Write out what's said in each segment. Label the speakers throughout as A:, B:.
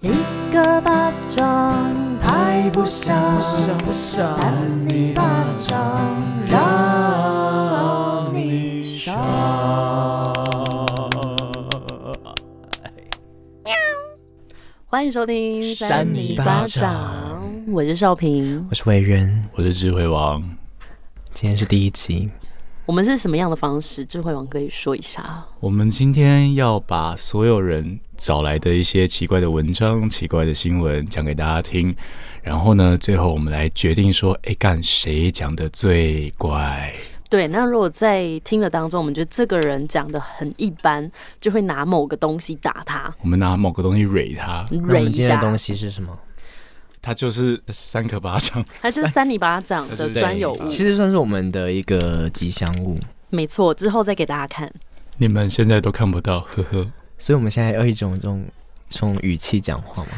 A: 一个巴掌拍不响，
B: 不想
A: 扇你巴掌让你爽。欢迎收听《
B: 扇你巴掌》，
A: 我是少平。
B: 我是伟人，
C: 我是智慧王，
B: 今天是第一集，
A: 我们是什么样的方式？智慧王可以说一下。
C: 我们今天要把所有人找来的一些奇怪的文章、奇怪的新闻讲给大家听，然后呢，最后我们来决定说，哎，干谁讲的最怪？
A: 对，那如果在听的当中，我们觉得这个人讲的很一般，就会拿某个东西打他，
C: 我们拿某个东西蕊他，
B: 那我
A: 蕊
B: 们
A: 一
B: 今天
A: 下
B: 的。东西是什么？
C: 他就是三个巴掌。
A: 它就是三里巴掌的
C: 对啊
A: 专有物，
B: 其实算是我们的一个吉祥物，
A: 没错。之后再给大家看。
C: 你们现在都看不到，呵呵，
B: 所以我们现在要一种这种这种语气讲话嘛，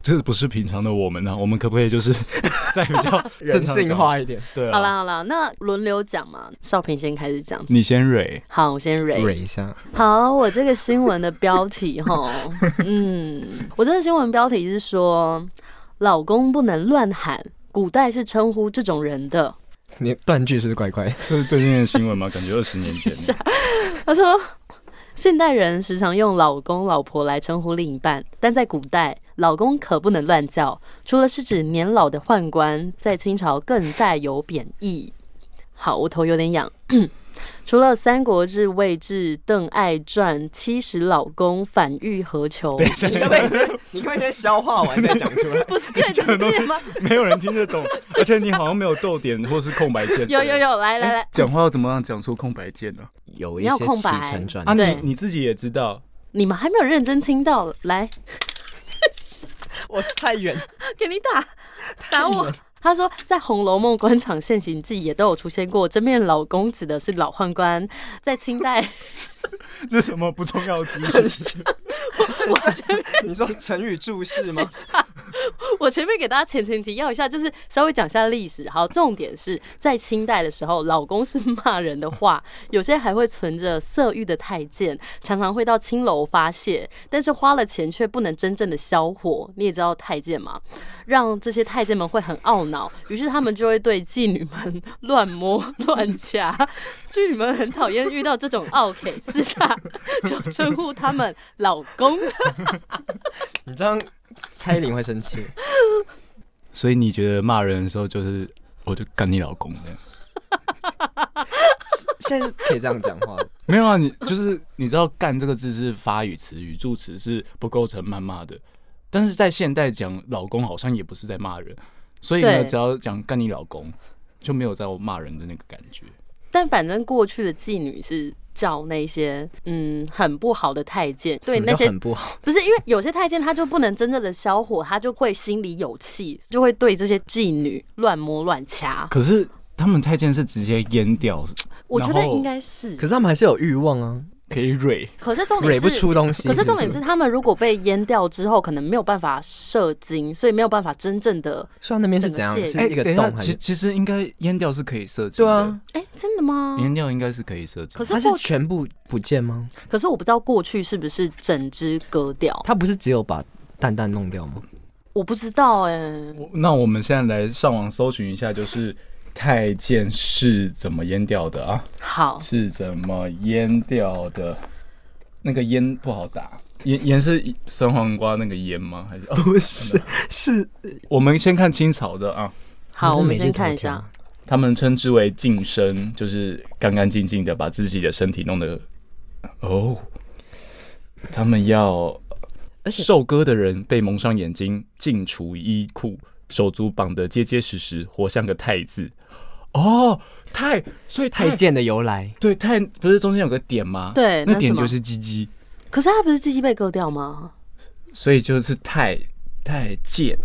C: 这不是平常的我们呢、我们可不可以就是 再比较 正常讲？
B: 一点，
C: 对
A: 好
C: 啊，
A: 啦好啦，那轮流讲嘛。少平先开始讲。
C: 你先蕊，
A: 好，我先蕊。
B: 蕊一下。
A: 好，我这个新闻的标题 哈，嗯，我这个新闻标题是说，老公不能乱喊，古代是称呼这种人的。
B: 你断句是不是怪怪？
C: 这是最近的新闻吗？感觉二十年 前
A: 他说，现代人时常用老公、老婆来称呼另一半，但在古代，老公可不能乱叫，除了是指年老的宦官，在清朝更带有贬义。好，我头有点痒。除了《三国志》魏志、邓艾传、七十老公、反玉何求，
B: 你可不可以你可不可以先消化完再讲出来？
A: 不是对
C: 讲的东西
A: 吗？
C: 没有人听得懂，而且你好像没有逗点或是空白键。
A: 有有有，来来来，
C: 讲话要怎么样讲出空白键呢、
B: 有
A: 你
B: 一
A: 要
B: 些
A: 空
B: 起
A: 白
B: 承转
C: 啊？
B: 合，
A: 对
C: 你你自己也知道，
A: 你们还没有认真听到，来
B: 啊我太远，
A: 给你打打我。他说，在《红楼梦》官场现形记也都有出现过，真面老公指的是老宦官，在清代
C: 这是什么不重要的资讯？
B: 我你说成语注释吗？
A: 我前面给大家前情提要一下，就是稍微讲一下历史。好，重点是在清代的时候，老公是骂人的话，有些还会存着色欲的太监，常常会到青楼发泄，但是花了钱却不能真正的消火。你也知道太监嘛，让这些太监们会很懊恼，于是他们就会对妓女们乱摸 乱掐。妓女们很讨厌遇到这种 OK，私下 就称呼他们老公。
B: 你这样蔡依林会生 气。
C: 所以你觉得骂人的时候就是我就干你老公这样？
B: 现在是可以这样讲话的，
C: 没有啊，你就是你知道“干”这个字是发语词，语助词是不构成谩骂的，但是在现代讲老公好像也不是在骂人，所以呢，
A: 对
C: 只要讲干你老公就没有在我骂人的那个感觉。
A: 但反正过去的妓女是叫那些嗯很不好的太监，对
B: 什么
A: 那
B: 叫
A: 些
B: 很不好。
A: 不是因为有些太监他就不能真正的消火，他就会心里有气，就会对这些妓女乱摸乱掐。
C: 可是他们太监是直接阉掉，
A: 我觉得
C: 然后
A: 应该是，
B: 可是他们还是有欲望啊，
C: 可以蕊。
A: 可是重点
B: 蕊不
A: 是。
B: 出东西。
A: 可是重点
B: 不
A: 是，，他们如果被阉掉之后，可能没有办法射精，所以没有办法真正的。
B: 虽然那边是怎样，
A: 整个
B: 是
A: 蟹
C: 哎，
B: 一个
C: 等一下
B: 洞，还
C: 其
B: 是？
C: 其实应该阉掉是可以射精
B: 对
C: 的，
B: 啊，
A: 哎、真的吗？
C: 阉掉应该是可以射精。
A: 可是
B: 它嗯是
A: 过，
B: 全部不见吗？
A: 可是我不知道过去是不是整只割掉，
B: 它不是只有把蛋蛋弄掉吗？
A: 我不知道哎、
C: 我那我们现在来上网搜寻一下，就是太监是怎么阉掉的啊？
A: 好，
C: 是怎么阉掉的？那个阉不好打，阉阉是酸黄瓜那个阉吗？还是、哦、
B: 不是，是
C: 我们先看清朝的啊，
A: 好，
B: 是
A: 我们
B: 每
A: 先
B: 日头
A: 看一
B: 条
A: 下。
C: 他们称之为净身，就是干干净净的把自己的身体弄得哦。他们要
B: 而且
C: 受割的人被蒙上眼睛，净除衣裤，手足绑得结结实实，活像个太字。哦，太，所以太
B: 太监的由来。
C: 对太不是中间有个点吗？
A: 对
C: 那
A: 那什
C: 点
A: 么
C: 就是鸡鸡，
A: 可是他不是鸡鸡被割掉吗？
C: 所以就是太太贱。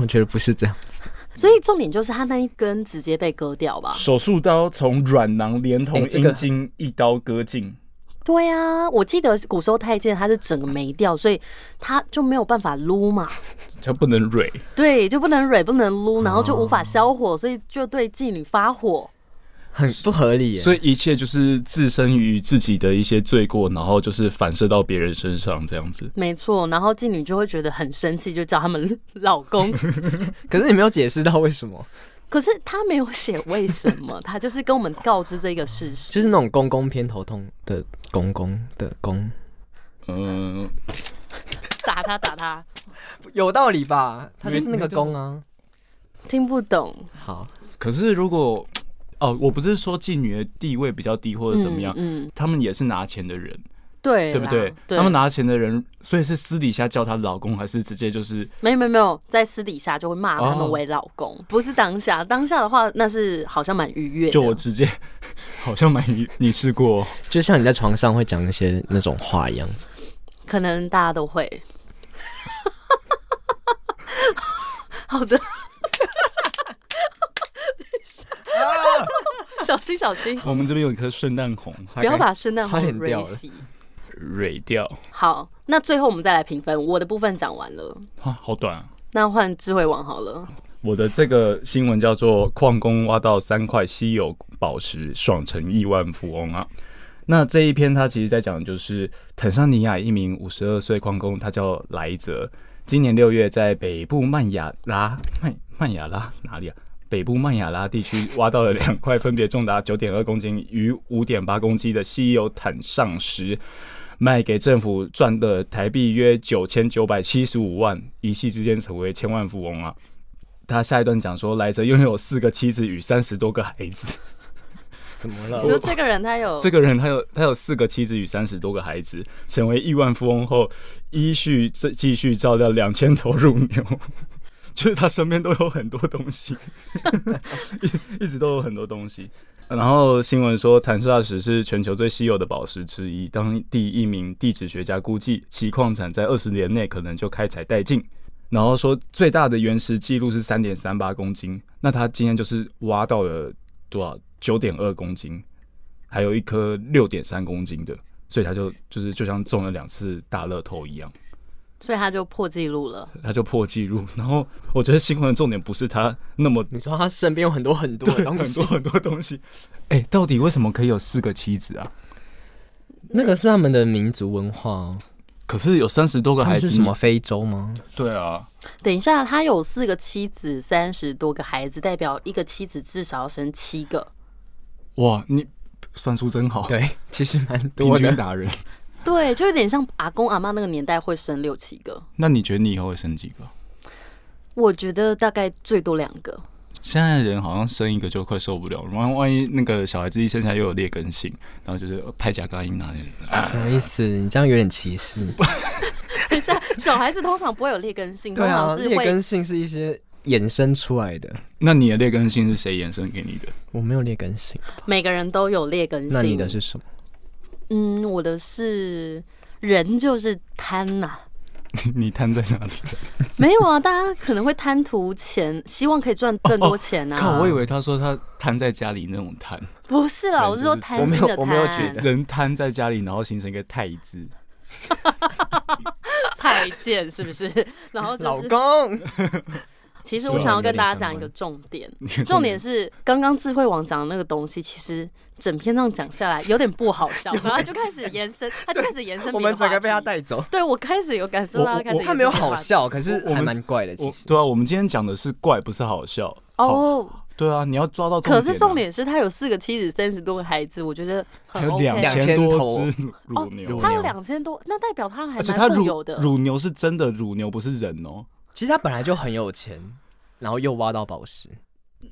B: 我觉得不是这样，
A: 所以重点就是他那一根直接被割掉吧？
C: 手术刀从软囊连同
B: 哎这个
C: 阴茎一刀割尽，
A: 对啊，我记得古时候太监他是整个没掉，所以他就没有办法撸嘛，
C: 它不能蕊。哦
A: 对，就不能蕊，不能撸，然后就无法消火，所以就对妓女发火。
B: 很不合理耶。
C: 所以一切就是自身于自己的一些罪过，然后就是反射到别人身上这样子。
A: 没错，然后妓女就会觉得很生气，就叫他们老 公。
B: 可是你没有解释到为什么，
A: 可是他没有写为什么，他就是跟我们告知这个事实。
B: 就是那种公公偏头痛的公公的公，
C: 嗯，
A: 打他打他，
B: 有道理吧？他就是那个公啊。
A: 听不懂。
B: 好，
C: 可是如果哦，我不是说妓女的地位比较低或者怎么样，
A: 嗯，嗯
C: 他们也是拿钱的人，
A: 对啦，
C: 对不对？
A: 对，
C: 他们拿钱的人，所以是私底下叫她老公，还是直接就是
A: 没有没有没有，在私底下就会骂他
C: 哦
A: 们为老公，不是当下。当下的话，那是好像蛮愉悦的。
C: 就我直接 好像蛮你你试过哦、
B: 就像你在床上会讲一些那种话一样。
A: 可能大家都会。 好的，
B: 啊
A: 小心小心，
C: 我们这边有一颗圣诞红，
A: 不要把圣诞
B: 差
A: 红
B: 点掉
A: 蕊
B: 了
A: 洗。
C: 蕊掉
A: 好，那最后我们再来评分。我的部分讲完了，
C: 啊，好短啊。
A: 那换智慧王好了。
C: 我的这个新闻叫做“矿工挖到三块稀有宝石，爽成亿万富翁”啊。那这一篇它其实在讲的就是坦桑尼亚一名五十二岁矿工，他叫莱泽，今年六月在北部曼雅拉曼曼雅拉哪里啊？北部曼雅拉地区挖到了两块分别重达九点二公斤与五点八公斤的稀有坦上石，卖给政府赚的台币约九千九百七十五万，一夕之间成为千万富翁啊！他下一段讲说，莱泽拥有四个妻子与三十多个孩子。
B: 怎么了
A: 你说这个人他有
C: 这个人他有他有四个妻子与三十多个孩子，成为亿万富翁后，依序这继续照料两千头乳牛， 就是他身边都有很多东西， 一一直都有很多东西。然后新闻说，坦沙石是全球最稀有的宝石之一，当地一名地质学家估计，其矿产在二十年内可能就开采殆尽。然后说最大的原石记录是三点三八公斤，那他今天就是挖到了多少九点二公斤，还有一颗六点三公斤的，所以他就就是就像中了两次大乐透一样，
A: 所以他就破纪录了。
C: 他就破纪录。 然后我觉得新闻的重点不是他那么
B: 你说他身边有很多很多的
C: 对
B: 东
C: 很
B: 西
C: 多，很多东西，哎、到底为什么可以有四个妻子啊？
B: 那个是他们的民族文化哦。
C: 可是有三十多个
B: 他
C: 孩
B: 们
C: 子
B: 是什么？非洲吗？
C: 对啊，
A: 等一下，他有四个妻子，三十多个孩子，代表一个妻子至少要生七个。
C: 哇，你算术真好，
B: 对，其实蛮
C: 平
B: 多
C: 均
B: 的。
C: 达人。
A: 对，就有点像阿公阿妈那个年代会生六七个，
C: 那你觉得你以后会生几个？
A: 我觉得大概最多两个。
C: 现在的人好像生一个就快受不了，万万一那个小孩子一生下来又有劣根性，然后就是拍甲肝音那啊里，
B: 什么意思？你这样有点歧视。
A: 等一下， 小孩子通常不会有劣根性，通
B: 对啊，
A: 常是
B: 劣
A: 会
B: 根性是一些衍生出来的。
C: 那你的劣根性是谁衍生给你的？
B: 我没有劣根性，
A: 每个人都有劣根
B: 那你
A: 性。
B: 的是什么？
A: 嗯，我的是人就是贪呐、
C: 你摊在 哪里？
A: 没有啊，大家可能会贪图钱，希望可以赚更
B: 哦
A: 多钱啊。
C: 靠！我以为他说他瘫在家里那种 瘫，
A: 不是啦，
C: 人
A: 我是说
C: 就是
A: 贪心的
B: 我没有我没有觉
A: 贪
B: 得，
C: 人瘫在家里，然后形成一个太字。
A: 太贱是不是？ 然后就
B: 老
A: 是，
B: 公，
A: 其实
B: 是
A: 我想要
B: 有
A: 跟
B: 点
A: 大家
B: 相
A: 讲一
B: 关
A: 个重点，
C: 点
A: 重点是刚刚智慧王讲的那个东西，其实整篇上讲下来有点不好笑，然后就开始延伸，他就开始延伸。
B: 我们整个被他。带走。
A: 对，我开始有感受
C: 我
A: 到
C: 我
A: 他开始
C: 我
A: 延伸别的话题。
B: 他没有好笑，可是
C: 我我
B: 还
C: 们
B: 蛮怪的。其
C: 我
B: 实
C: 对啊，我们今天讲的是怪，不是好笑。好，
A: 哦。
C: 对啊，你要抓到重点啊。
A: 可是重点是他有四个妻子，三十多个孩子，我觉得
C: 还
A: 很
C: 有
A: OK。哦
C: 两千多只乳
B: 乳
C: 牛，
A: 他有
B: 牛
A: 两千多，那代表他还
C: 而且他
A: 蛮富
C: 乳
A: 有的。
C: 乳牛是真的乳牛，不是人哦。
B: 其实他本来就很有钱，然后又挖到宝石。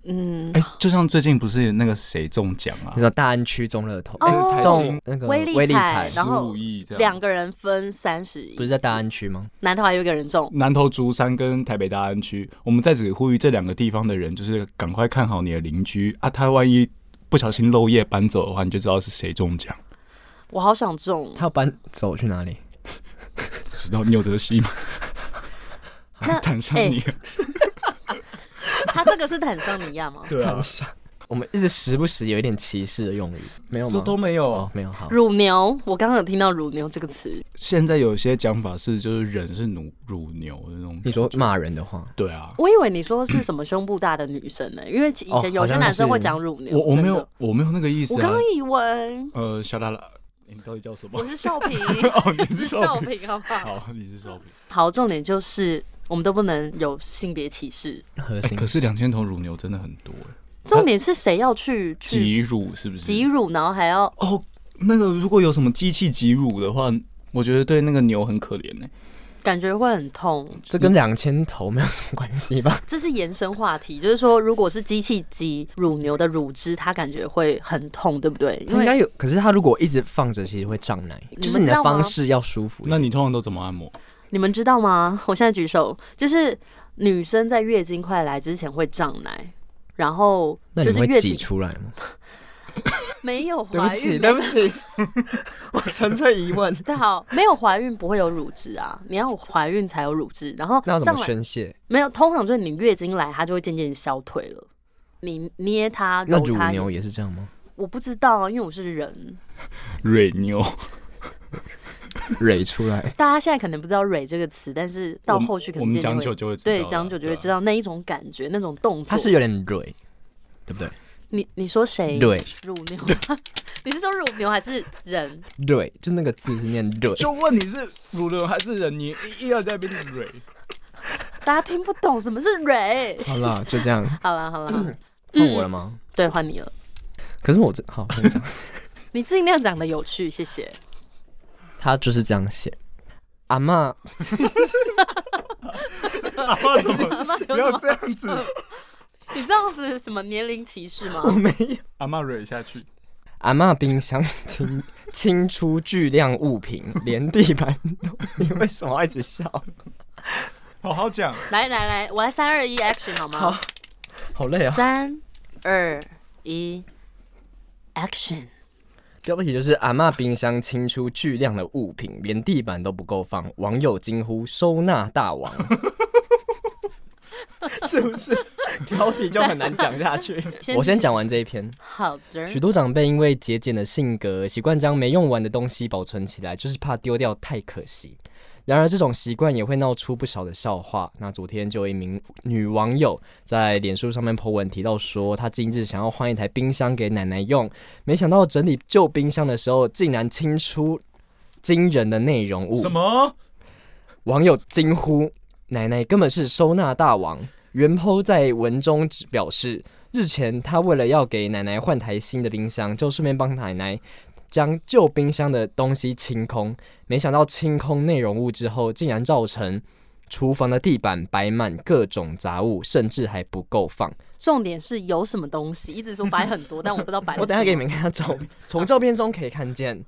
A: 嗯，
C: 哎，就像最近不是那个谁中奖啊
B: 你，说大安区中乐透，
A: 哦
B: 哎
A: 台
B: 中
C: 新
B: 那个
A: 威力
B: 威力
A: 彩
B: 彩，
A: 然后
C: 15亿这样
A: 两个人分三十亿
B: 不，是在大安区吗？
A: 南头还有一个人中。
C: 南投竹山跟台北大安区，我们在此呼吁这两个地方的人，就是赶快看好你的邻居啊！他万一不小心漏夜搬走的话，你就知道是谁中奖。
A: 我好想 中。
B: 他要搬走去哪里？
C: 不知道你有这个戏 吗？
A: 那
C: 坦桑尼亚，
A: 哎他这个是坦桑尼亚吗？
C: 对啊，
B: 下，我们一直时不时有一点歧视的用语，没有
C: 都
B: 吗？
C: 都没有
B: 哦，没有好。
A: 乳牛，我刚刚有听到乳牛这个词，
C: 现在有些讲法是，就是人是乳乳牛的那种。
B: 你说骂人的话，
C: 对啊，
A: 我以为你说是什么胸部大的女生呢、因为以
C: 哦
A: 前有些男生会讲乳牛。
C: 我我没
A: 真
C: 有
A: 的，
C: 我没有那个意思
A: 我
C: 啊
A: 刚。以为
C: 呃，小大了，你到底叫什么
A: 我？是少平，
C: 哦，你
A: 你
C: 是
A: 是
C: 少
A: 少
C: 平。
A: 平，好啊不好？
C: 好，你是少平。
A: 好，重点就是我们都不能有性别歧视。
B: 核
C: 哎
B: 心
C: 可是两千头乳牛真的很多哎，
A: 重点是谁要去去
C: 挤乳是不是？
A: 挤乳，然后还要
C: 哦，那个如果有什么机器挤乳的话，我觉得对那个牛很可怜呢。欸
A: 感觉会很痛。
B: 这跟两千头没有什么关系吧？
A: 这是延伸话题，就是说，如果是机器挤乳牛的乳汁，它感觉会很痛，对不对？因
B: 应
A: 为
B: 该有，可是它如果一直放着，其实会胀奶，
A: 你们
B: 就是你
A: 知
B: 的
A: 道吗
B: 方式要舒服一
C: 那
B: 点。
C: 你通常都怎么按摩？
A: 你们知道吗？我现在举手，就是女生在月经快来之前会胀奶，然后
B: 那
A: 就
B: 你
A: 是
B: 会
A: 月
B: 挤
A: 经
B: 出来吗？
A: 没有
B: 对不
A: 怀
B: 起，
A: 孕，
B: 对不起， 我纯粹疑问。
A: 大家好，没有怀孕不会有乳汁啊，你要有怀孕才有乳汁，然后
B: 那要怎
A: 胀
B: 么
A: 奶
B: 宣泄？
A: 没有，通常就是你月经来，它就会渐渐消退了。你捏它、
B: 那
A: 揉
B: 乳
A: 它，
B: 牛也是这样吗？
A: 我不知道啊，因为我是人。
C: 蕊牛，
B: 蕊 出来，
A: 大家现在可能不知道“蕊”这个词，但是到后续可
C: 我
A: 能
C: 们
A: 渐渐
C: 讲久
A: 会
C: 就会知道
A: 对
C: 了
A: 讲久就会知
C: 对啊
A: 道那一种感觉、那种动作。
B: 它是有点蕊，对不对？
A: 你你说谁？
B: 蕊
A: 乳 牛？你是说乳牛还是人？
B: 蕊，就那个字是念蕊。
C: 就问你是乳牛还是人，你一要在那边蕊。
A: 大家听不懂什么是蕊。
B: 好了，就这样，
A: 好啦好 啦，
B: 换我了吗？
A: 对，换你了。
B: 可是我这好， 跟你讲，
A: 你尽量讲的有趣，谢谢。
B: 他就是这样写。阿嬷，
C: 阿妈怎
A: 阿妈有
C: 么？不
A: 什
C: 要
A: 么？
C: 这样 子，
A: 你这样子什么年龄歧视吗
B: 我？没有。
C: 阿妈蕊下去。
B: 阿嬷冰箱 清清出巨量物品，连地板都。你为什么要一直笑？
C: 好好讲，
A: 来来来，我来三二一 action 好吗？
B: 好好累啊！
A: 三二一 action。
B: 标题就是阿嬷冰箱清出巨量的物品，连地板都不够放。网友惊呼：“收纳大王！” 是不是？标题就很难讲下去。
A: 先
B: 我先讲完这一篇。
A: 好的，
B: 许多长辈因为节俭的性格，习惯将没用完的东西保存起来，就是怕丢掉太可惜。然而，这种习惯也会闹出不少的笑话。那昨天就有一名女网友在脸书上面 po 文提到说，她今日想要换一台冰箱给奶奶用，没想到整理旧冰箱的时候，竟然清出惊人的内容物。
C: 么？
B: 网友惊呼：“奶奶根本是收纳大王。”袁剖在文中指表示，日前他为了要给奶奶换台新的冰箱，就顺便帮奶奶将旧冰箱的东西清空。没想到清空内容物之后，竟然造成厨房的地板摆满各种杂物，甚至还不够放。
A: 重点是有什么东西，一直说摆很 多，但我不知道摆。
B: 我等一下给你。们看照，从照片中 可以看见，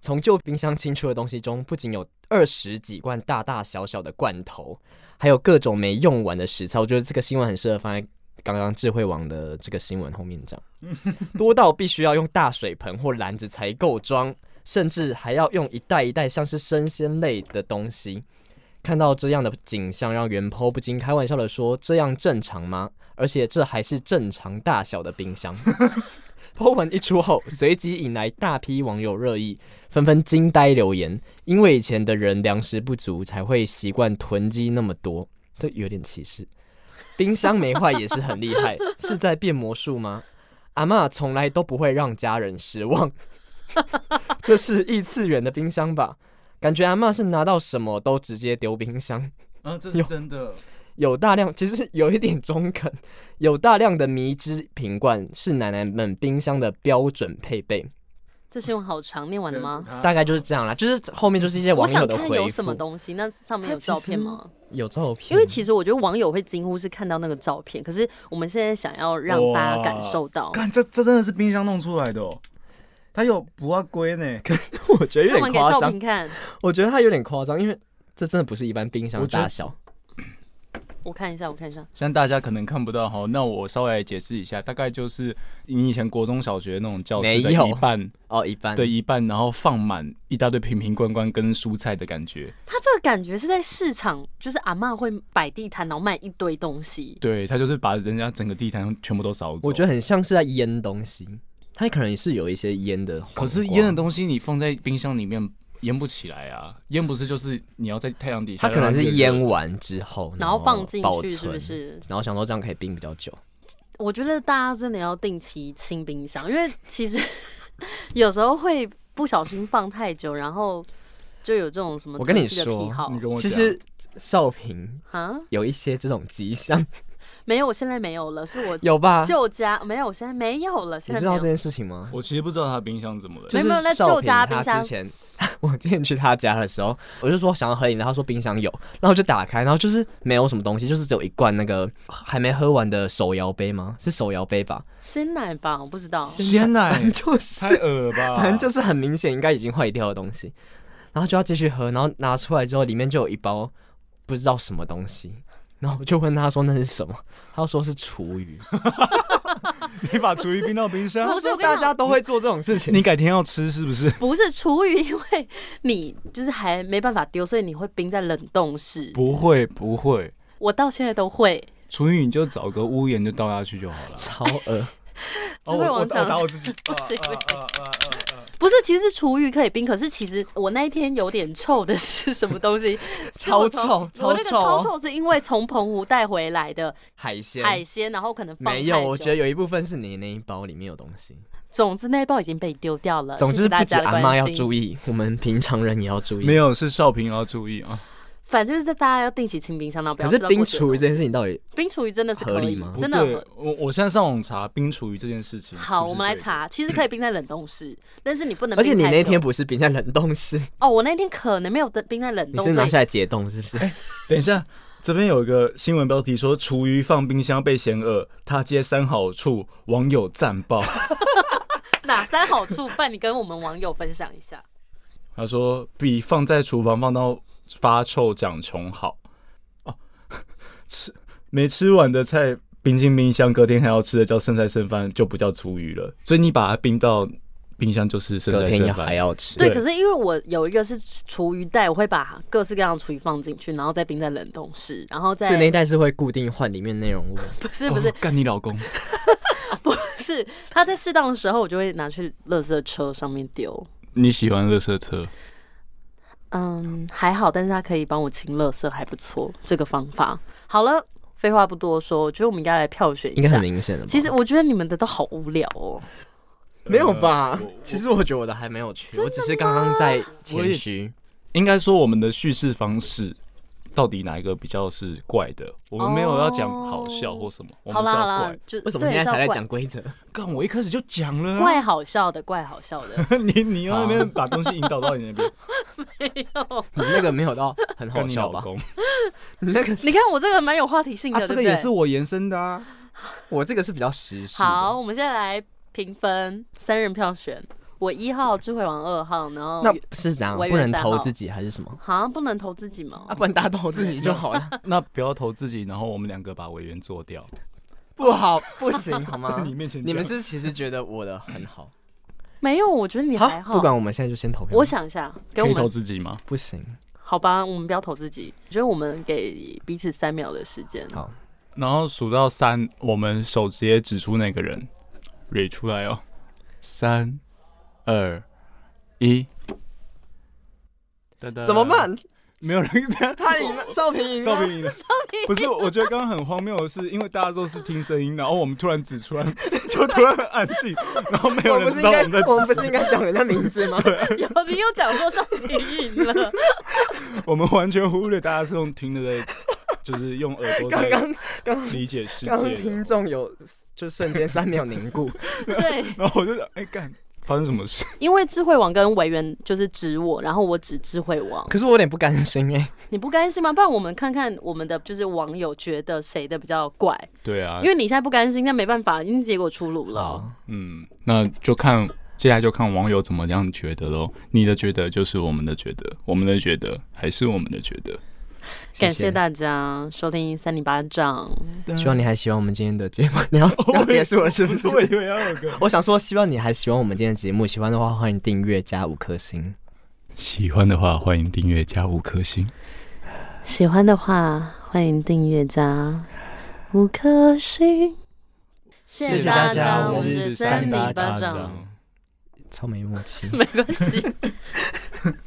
B: 从旧冰箱清出的东西中，不仅有二十几罐大大小小的罐头，还有各种没用完的食材。我觉得这个新闻很适合放在刚刚智慧网的这个新闻后面讲，多到必须要用大水盆或篮子才够装，甚至还要用一袋一袋像是生鲜类的东西。看到这样的景象，让袁坡不禁开玩笑的说：“这样正常吗？而且这还是正常大小的冰箱。” Po 文一出后，随即引来大批网友热议，纷纷惊呆留言，因为以前的人粮食不足，才会习惯囤积那么多，这有点歧视。冰箱没坏也是很厉害，是在变魔术吗？阿嬷从来都不会让家人失望，这是异次元的冰箱吧？感觉阿嬷是拿到什么都直接丢冰箱。
C: 啊，这是真的。
B: 有大量，其实有一点中肯，有大量的迷之瓶罐是奶奶们冰箱的标准配备，
A: 这新闻好长，念完了吗？
B: 大概就是这样啦。就是后面就是一些
A: 我
B: 网友
A: 想
B: 的
A: 看
B: 回
A: 有什么
B: 复，
A: 东西，那上面有照片吗？
B: 有照片，
A: 因为其实我觉得网友会惊呼是看到那个照片，可是我们现在想要让大家感受到，
C: 看这这真的是冰箱弄出来的哦，它有不二啊龟呢。
B: 我觉得
A: 看
B: 有点
A: 完给
B: 夸
A: 少
B: 张
A: 平，看。
B: 我觉得它有点夸张，因为这真的不是一般冰箱
C: 我
B: 的
C: 觉得
B: 大小。
A: 我看一下，我看一下，
C: 现在大家可能看不到哈，那我稍微来解释一下，大概就是你以前国中小学那种教室的
B: 没有
C: 一半
B: 哦，一般
C: 的一半，然后放满一大堆瓶瓶罐罐跟蔬菜的感觉，
A: 它这个感觉是在市场，就是阿嬷会摆地摊，然后卖一堆东
B: 哦
A: 西。
C: 对他就是把人家整个地摊全部都扫走。
B: 我觉得很像是在腌东西，它可能是有一些腌的黄瓜，
C: 可是腌的东西你放在冰箱里面腌不起来啊，腌不是就是你要在太阳底下
B: 它
C: 让
B: 可
C: 热热
B: 能
C: 的，
B: 是腌完之后，
A: 然后放进
B: 保
A: 去是不
B: 存？
A: 是？
B: 然后想说这样可以冰比较久，
A: 我觉得大家真的要定期清冰箱，因为其实 有时候会不小心放太久，然后就有这种什么
B: 我跟你
A: 特殊的
B: 说
A: 癖好
C: 你跟我
B: 其
C: 讲
B: 实少平
A: 啊，
B: 有一些这种迹象，
A: 没有，我现在没有了，是我
B: 有吧？
A: 旧家没有，我现在没有了，
B: 你
A: 现在
B: 知
A: 没
B: 道
A: 有
B: 这件事情吗？
C: 我其实不知道他冰箱怎么了
A: 就。没有没有那
B: 少
A: 旧
B: 平
A: 家
B: 他
A: 冰箱
B: 之前 我之前去他家的时候，我就说想要喝饮料，他说冰箱有，然后我就打开，然后就是没有什么东西，就是只有一罐那个还没喝完的手摇杯吗？是手摇杯吧？
A: 鲜奶吧，我不知道。
C: 鲜
A: 哎
C: 奶
B: 就是
C: 太恶 了吧，
B: 反正就是很明显应该已经坏掉的东西，然后就要继续喝，然后拿出来之后里面就有一包不知道什么东西，然后我就问他说那是什么，他说是厨余，
C: 你把厨余冰到冰箱
A: 不
B: 他
A: 是我
B: 说
A: 跟你讲
B: 大家都会做这种事 情，
C: 你改天要吃是不是？
A: 不是厨余，因为你就是还没办法丢，所以你会冰在冷冻室。
C: 不会不会，
A: 我到现在都会，
C: 厨余你就找个屋檐就倒下去就好
B: 超
C: 了。哦
B: 恶，
A: 智慧王讲、
C: 自己，
A: 不行不行
C: 啊啊 啊啊
A: 不是，其实厨余可以冰，可是其实我那一天有点臭的是什么东西？是我
B: 超
A: 从
B: 臭，
A: 我
B: 超
A: 那个
B: 臭
A: 超
B: 哦，
A: 臭是因为从澎湖带回来的
B: 海鲜。
A: 海鲜，然后可能放
B: 没有，
A: 太
B: 我
A: 久
B: 觉得有一部分是你那一包里面有东西。
A: 总之那一包已经被丢掉了。
B: 总
A: 谢
B: 之，
A: 谢
B: 不
A: 大
B: 止
A: 家的
B: 阿妈
A: 关
B: 要
A: 心
B: 注意，我们平常人也要注意。
C: 没，有，是少平要注意啊！
A: 反正就是大家要定期清冰箱，然后不
B: 可
A: 要
B: 是
A: 吃到
B: 冰
A: 过期的
B: 厨余
A: 东
B: 这件
A: 西
B: 事情到底
A: 冰厨余真的是
B: 合
A: 可
B: 理
A: 以
B: 吗，
A: 真
C: 不
A: 的
C: 对
A: 合
C: 我我现在上网查冰厨余这件事情。
A: 好。
C: 是不是
A: 我们来
C: 对的，
A: 查，其实可以冰在冷冻室，但是你不能
B: 嗯而
A: 冰太
B: 且
A: 久。
B: 你那天不是冰在冷 冻室，
A: 哦，我那天可能没有的冰在冷
B: 你
A: 冻，
B: 是拿
A: 所
B: 下来解冻是不是？
C: 等一下，这边有一个新闻标题说厨余放冰箱被嫌恶，他接三好处，网友赞 爆。
A: 以哪三好处？不然你跟我们网友分享一下。
C: 他说比放在厨房放到发臭长虫好。哦， 吃没吃完的菜冰进冰箱，隔天还要吃的叫剩菜剩饭，就不叫厨余了。所以你把它冰到冰箱就是剩
B: 隔
C: 菜
B: 天
C: 剩
B: 也
C: 饭。
B: 还要吃。
A: 对，
C: 对
A: 可是因为我有一个是厨余袋，我会把各式各样的厨余放进去，然后再冰在冷冻室，然后再
B: 所以那一袋是会固定换里面内容物。
A: 不是不是
C: 哦干、你老公？
A: 是，它在适当的时候，我就会拿去垃圾车上面丢。
C: 你喜欢垃圾车？
A: 嗯，还好，但是它可以帮我清垃圾，还不错，这个方法。好了，废话不多说，我觉得我们应该来票选
B: 应
A: 一
B: 该
A: 下
B: 很。明显的吧。
A: 其实我觉得你们的都好无聊哦。
B: 没有吧
C: 呃我？
B: 其实我觉得我的还没有去，我只是刚刚在谦虚。
C: 应该说我们的叙事方式。到底哪一个比较是怪的？我们没有要讲好笑或什么，我
A: 哦好啦
C: 们是
A: 好
C: 要
A: 啦
C: 怪。，
A: 就
B: 为什么
A: 对
B: 现在
A: 是要
B: 才在
A: 怪
B: 讲规则？
C: 干，我一开始就讲了、啊。
A: 怪好笑的，怪好笑的。
C: 你你要那边把东西引导到你那边，
B: 你那个没有到很好
C: 干你
B: 笑
C: 老
B: 吧？
C: 公。
B: 你那个 是
A: 你看我这个蛮有话题性 的，
C: 啊，这
A: 对
C: 个
A: 不对
C: 也是我延伸的啊。
B: 我这个是比较时事的。
A: 好，我们现在来评分，三人票选，我一号智慧王，二号，然后
B: 那是怎样？
A: 我以为
B: 不能
A: 三号
B: 投自己还是什么？
A: 好像不能投自己吗
B: 啊，？不然大家投自己就好 了。
C: 那不要投自己，然后我们两个把委员做掉，
B: 不好，不行，好吗
C: 在？你面前讲
B: 你们是其实觉得我的很好，
A: 没有，我觉得你
C: 啊
A: 还好。
B: 不管我们现在就先投票。
A: 我想一下，给
C: 可
A: 我
C: 以投
A: 们
C: 自己吗？
B: 不行，
A: 好吧，我们不要投自己，我觉得我们给彼此三秒的时间。
B: 好，
C: 然后数到三，我们手直接指出那个人，蕊出来哦。三、二、一，哒哒
B: 怎么？办？
C: 没有人，
B: 他赢了，呃少平赢啊
C: 少
B: 了。
C: 平赢了。 不是，我觉得刚刚很荒谬的是，因为大家都是听声音，然后我们突然指出来，就突然很安静，然后没有
B: 我们不
C: 人
B: 是应
C: 知道我
B: 该
C: 们在，
B: 我们不
C: 指
B: 是
C: 谁
B: 应该讲人家名字吗？
A: 有你有讲说上你赢 了，
C: 我们完全忽略大家是用听的在，就是用耳 朵
B: 刚
C: 在
B: 刚刚刚
C: 理解世界
B: 刚
C: 的。
B: 听众有就瞬间三秒凝 固，
A: 对，
C: 然后我就想，哎、干，发生什么事？
A: 因为智慧王跟维园就是指我，然后我指智慧王，
B: 可是我有点不甘心哎、
A: 你不甘心吗？不然我们看看我们的就是网友觉得谁的比较怪，
C: 对啊
A: 因，为你现在不甘心，那没办法，因为结果出炉了。
C: 嗯，那就看接下来就看网友怎么样觉得喽。你的觉得就是我们的觉得，我们的觉得还是我们的觉得。
A: 感谢大家收听三零八丈，
B: 希 望你还喜欢我们今天的节目。 你要要结束了是不是？
D: 我以为要有个
B: 嗯我想说，希望你还喜欢我们今天的节目。喜欢的话，欢迎订阅加五颗星。
C: 喜欢的话，欢迎订阅加五颗星。
A: 喜欢的话欢迎订阅加五颗星。谢
B: 谢大家我
A: 我
B: 们
A: 们
B: 是
A: 是
B: 三
A: 零
B: 零
A: 八
B: 八掌
A: 丈，
B: 超没默契。
A: 没关系。